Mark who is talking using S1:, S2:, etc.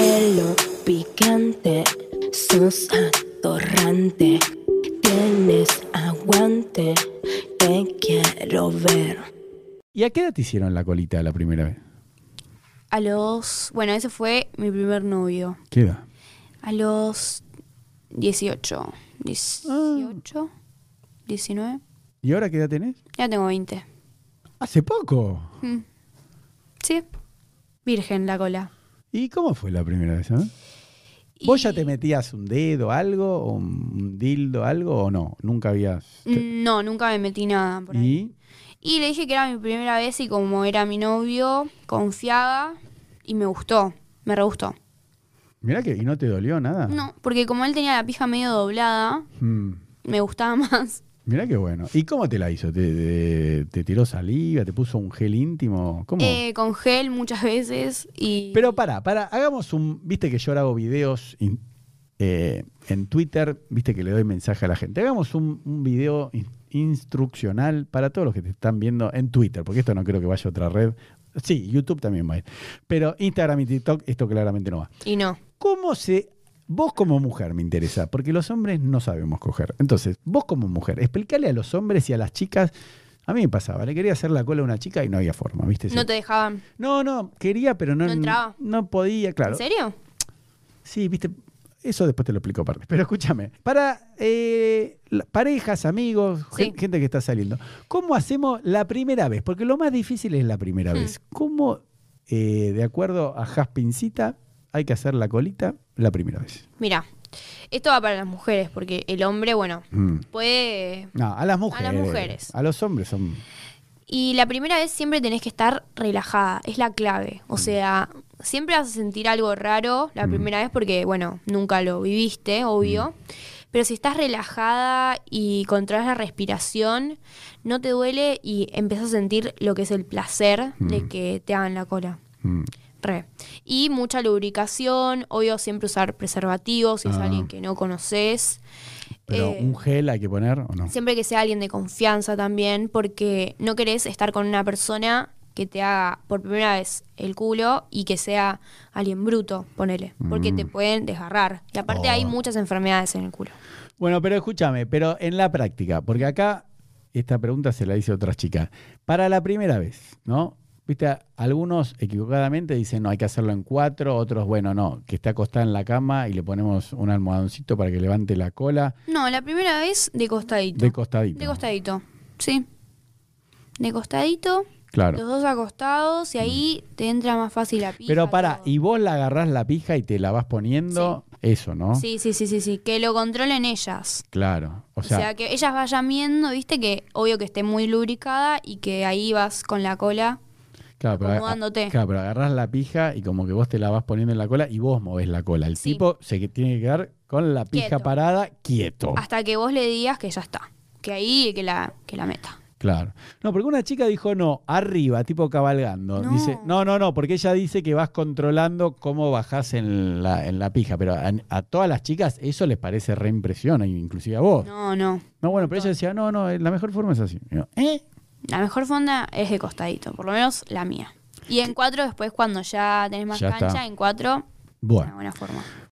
S1: pelo picante, sos atorrante, tienes aguante, te quiero ver.
S2: ¿Y a qué edad te hicieron la colita la primera vez?
S3: A los. Bueno, ese fue mi primer novio.
S2: ¿Qué edad?
S3: A los 18. 18. 19.
S2: ¿Y ahora qué edad tenés?
S3: Ya tengo 20.
S2: Hace poco.
S3: Mm. Sí. Virgen la cola.
S2: ¿Y cómo fue la primera vez? ah? ¿Vos ya te metías un dedo, algo, o un dildo, algo o no? Nunca habías... te-
S3: No, nunca me metí nada Mm, por ahí.
S2: ¿Y?
S3: Y le dije que era mi primera vez y como era mi novio, confiaba y me gustó. Me re gustó.
S2: Mirá que... ¿Y no te dolió nada?
S3: No, porque como él tenía la pija medio doblada,
S2: Mm,
S3: me gustaba más.
S2: mirá qué bueno. ¿Y cómo te la hizo? ¿Te, te- te tiró saliva? ¿Te puso un gel íntimo? ¿Cómo?
S3: Eh, con gel muchas veces y...
S2: Pero pará, pará, hagamos un. Viste que yo ahora hago videos in- eh, en Twitter, viste que le doy mensaje a la gente. Hagamos un, un video in- instruccional para todos los que te están viendo en Twitter, porque esto no creo que vaya a otra red. Sí, YouTube también va a ir. Pero Instagram y TikTok, esto claramente no va.
S3: Y no.
S2: ¿Cómo se. Vos como mujer me interesa, porque los hombres no sabemos coger. Entonces, vos como mujer, explicale a los hombres y a las chicas. A mí me pasaba, le quería hacer la cola a una chica y no había forma, ¿viste?
S3: No te dejaban.
S2: No, no, quería, pero no,
S3: No entraba.
S2: no podía, claro.
S3: ¿En serio?
S2: Sí, viste, eso después te lo explico aparte. Pero escúchame, para eh, la- parejas, amigos,
S3: Sí.
S2: gen- gente que está saliendo, ¿cómo hacemos la primera vez? Porque lo más difícil es la
S3: Hmm.
S2: primera vez. ¿Cómo, eh, de acuerdo a Jaspincita, hay que hacer la colita la primera vez?
S3: Mira, esto va para las mujeres porque el hombre, bueno,
S2: Mm.
S3: puede...
S2: No, a las mujeres.
S3: mujeres.
S2: A los hombres son...
S3: Y la primera vez siempre tenés que estar relajada, es la clave. O sea, siempre vas a sentir algo raro la primera vez porque, bueno, nunca lo viviste, obvio. Pero si estás relajada y controlas la respiración, no te duele y empezás a sentir lo que es el placer de que te hagan la cola.
S2: Mm.
S3: Re. Y mucha lubricación, obvio siempre usar preservativos si es
S2: Ah.
S3: alguien que no conoces.
S2: Pero
S3: Eh,
S2: un gel hay que poner o no.
S3: Siempre que sea alguien de confianza también, porque no querés estar con una persona que te haga por primera vez el culo y que sea alguien bruto, ponele, porque te pueden desgarrar. Y aparte
S2: Mm. Oh.
S3: hay muchas enfermedades en el culo.
S2: Bueno, pero escúchame, pero en la práctica, porque acá esta pregunta se la hice a otras chicas. Para la primera vez, ¿no? Viste, a- algunos equivocadamente dicen, no, hay que hacerlo en cuatro, otros, bueno, no, que está acostada en la cama y le ponemos un almohadoncito para que levante la cola
S3: No, la primera vez de costadito.
S2: de costadito.
S3: De costadito, sí. De costadito, los
S2: Claro. Mm.
S3: dos acostados y ahí te entra más fácil la pija.
S2: Pero para,
S3: todo.
S2: y vos la agarrás la pija y te la vas poniendo, eso, ¿no?
S3: Sí, sí, sí, sí, sí, que lo controlen ellas.
S2: Claro. O
S3: O sea,
S2: sea,
S3: que ellas vayan viendo, viste, que obvio que esté muy lubricada y que ahí vas con la cola.
S2: claro, pero,
S3: acomodándote.
S2: claro, pero agarrás la pija y como que vos te la vas poniendo en la cola y vos movés la cola. El
S3: Sí.
S2: tipo se que- tiene que quedar con la pija
S3: Quieto. Ah.
S2: parada, quieto.
S3: Hasta que vos le digas que ya está. Que ahí que la, que la meta.
S2: Claro. No, porque una chica dijo no, arriba, tipo cabalgando.
S3: No.
S2: Dice, no, no, no, porque ella dice que vas controlando cómo bajás en la, en la pija. Pero a, a todas las chicas eso les parece re impresión, inclusive a vos. No,
S3: No, no.
S2: bueno, pero ella decía, no, no, la mejor forma es así. Y yo, ¿Eh?
S3: La mejor fonda es de costadito, por lo menos la mía. Y en cuatro, después cuando ya tenés más
S2: Ya
S3: cancha,
S2: está.
S3: en cuatro, de
S2: Bueno.
S3: buena forma.